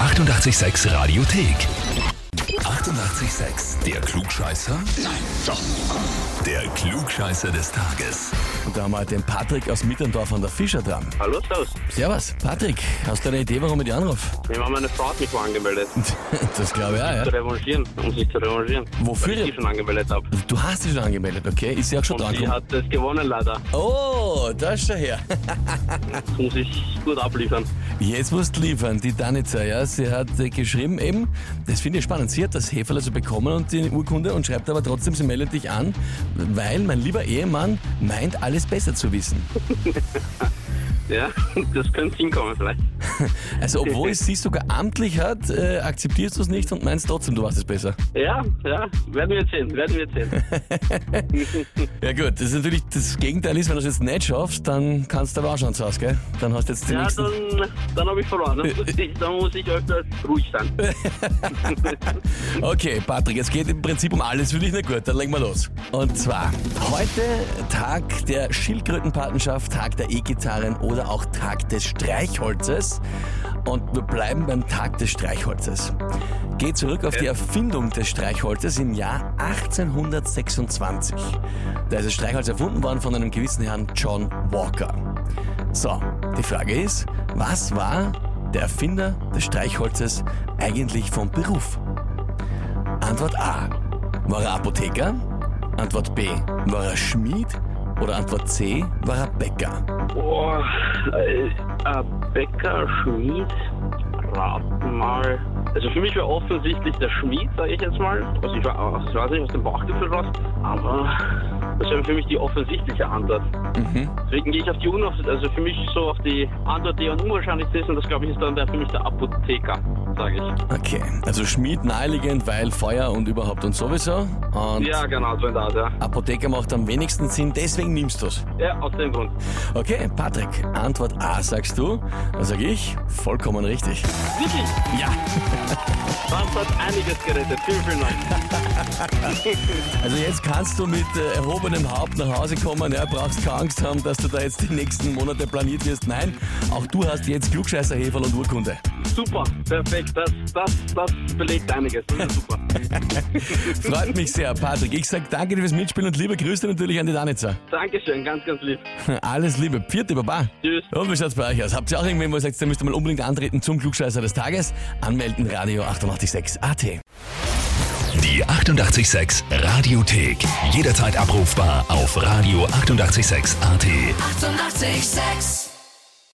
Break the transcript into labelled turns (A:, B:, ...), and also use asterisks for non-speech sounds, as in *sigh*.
A: 886 Radiothek. 88,6. Der Klugscheißer? Nein, doch. Der Klugscheißer des Tages.
B: Und da haben wir heute den Patrick aus Mitterndorf an der Fischer dran.
C: Hallo, Servus.
B: Servus, Patrick, hast du eine Idee, warum ich dich anrufe? *laughs*
C: Wir haben meine Frau hat mich wo angemeldet. um
B: Das glaube ich auch,
C: Zu
B: ja.
C: revanchieren, um sich zu revanchieren.
B: Wofür
C: Weil ich
B: denn?
C: die schon angemeldet habe.
B: Du hast dich schon angemeldet, okay? Ist sie auch schon
C: Und
B: da
C: sie
B: angekommen?
C: hat das gewonnen leider.
B: Oh, da ist er her.
C: Das muss ich gut abliefern.
B: Jetzt musst du liefern, die Danica, ja. Sie hat äh, geschrieben eben, das finde ich spannend, sie hat das Heferl also bekommen und die Urkunde und schreibt aber trotzdem, sie meldet dich an, weil mein lieber Ehemann meint, alles besser zu wissen.
C: Ja, *laughs* das könnte hinkommen vielleicht.
B: Also obwohl es sie sogar amtlich hat, äh, akzeptierst du es nicht und meinst trotzdem, du warst es besser.
C: Ja, ja, werden wir jetzt sehen, werden wir
B: *laughs*
C: jetzt sehen.
B: Ja gut, das ist natürlich das Gegenteil ist, wenn du es jetzt nicht schaffst, dann kannst du aber auch schon zu Hause, gell? Dann hast du jetzt die
C: Ja,
B: nächsten.
C: dann, dann habe ich verloren. Dann muss, ich, dann muss ich öfters ruhig sein.
B: Okay, Patrick, es geht im Prinzip um alles für dich. Na gut, dann legen wir los. Und zwar heute Tag der Schildkrötenpatenschaft, Tag der E-Gitarren oder auch Tag des Streichholzes. Und wir bleiben beim Tag des Streichholzes. Geht zurück auf die Erfindung des Streichholzes im Jahr 1826. Da ist das Streichholz erfunden worden von einem gewissen Herrn John Walker. So, die Frage ist, was war der Erfinder des Streichholzes eigentlich vom Beruf? Antwort A. War er Apotheker? Antwort B. War er Schmied? Oder Antwort C. War er Bäcker?
C: Boah, äh, äh, Bäcker, Schmied, rat mal. Also für mich war offensichtlich der Schmied, sage ich jetzt mal. Also ich, war, ich weiß nicht, aus dem Bauchgefühl raus. Aber das wäre für mich die offensichtliche Antwort. Deswegen gehe ich auf die Unauf also für mich so auf die Antwort, die am unwahrscheinlichsten ist. Und das glaube ich ist dann der, für mich der Apotheker, sage ich.
B: Okay, also Schmied naheliegend, weil Feuer und überhaupt und sowieso. Und
C: Ja, genau, so in der Art, ja.
B: Apotheker macht am wenigsten Sinn, deswegen nimmst du's.
C: Ja, aus dem Grund.
B: Okay, Patrick, Antwort A sagst du. Dann sage ich, vollkommen richtig.
C: Wirklich, *laughs*
B: Ja,
C: das hat einiges gerettet. Vielen, vielen Dank.
B: also jetzt kannst du mit äh, erhobenem Haupt nach Hause kommen. Ja, brauchst keine Angst haben, dass du da jetzt die nächsten Monate planiert wirst. Nein, auch du hast jetzt Klugscheißer, Heferl und Urkunde.
C: Super, perfekt. Das, das, das belegt einiges. Das ist super.
B: Freut mich sehr, Patrick. Ich sag danke dir fürs Mitspielen und liebe Grüße natürlich an die Danitzer. *laughs*
C: Dankeschön, ganz, ganz lieb.
B: Alles Liebe. Vierte Baba.
C: Tschüss.
B: Und wie schaut's bei euch aus? Habt ihr auch irgendwen, wo ihr sagt, ihr müsst mal unbedingt antreten zum Klugscheißer des Tages? Anmelden, Radio 886 AT.
A: Die 88,6 Radiothek. Jederzeit abrufbar auf radio886.at. 88,6.
D: Eighty-eight, sex.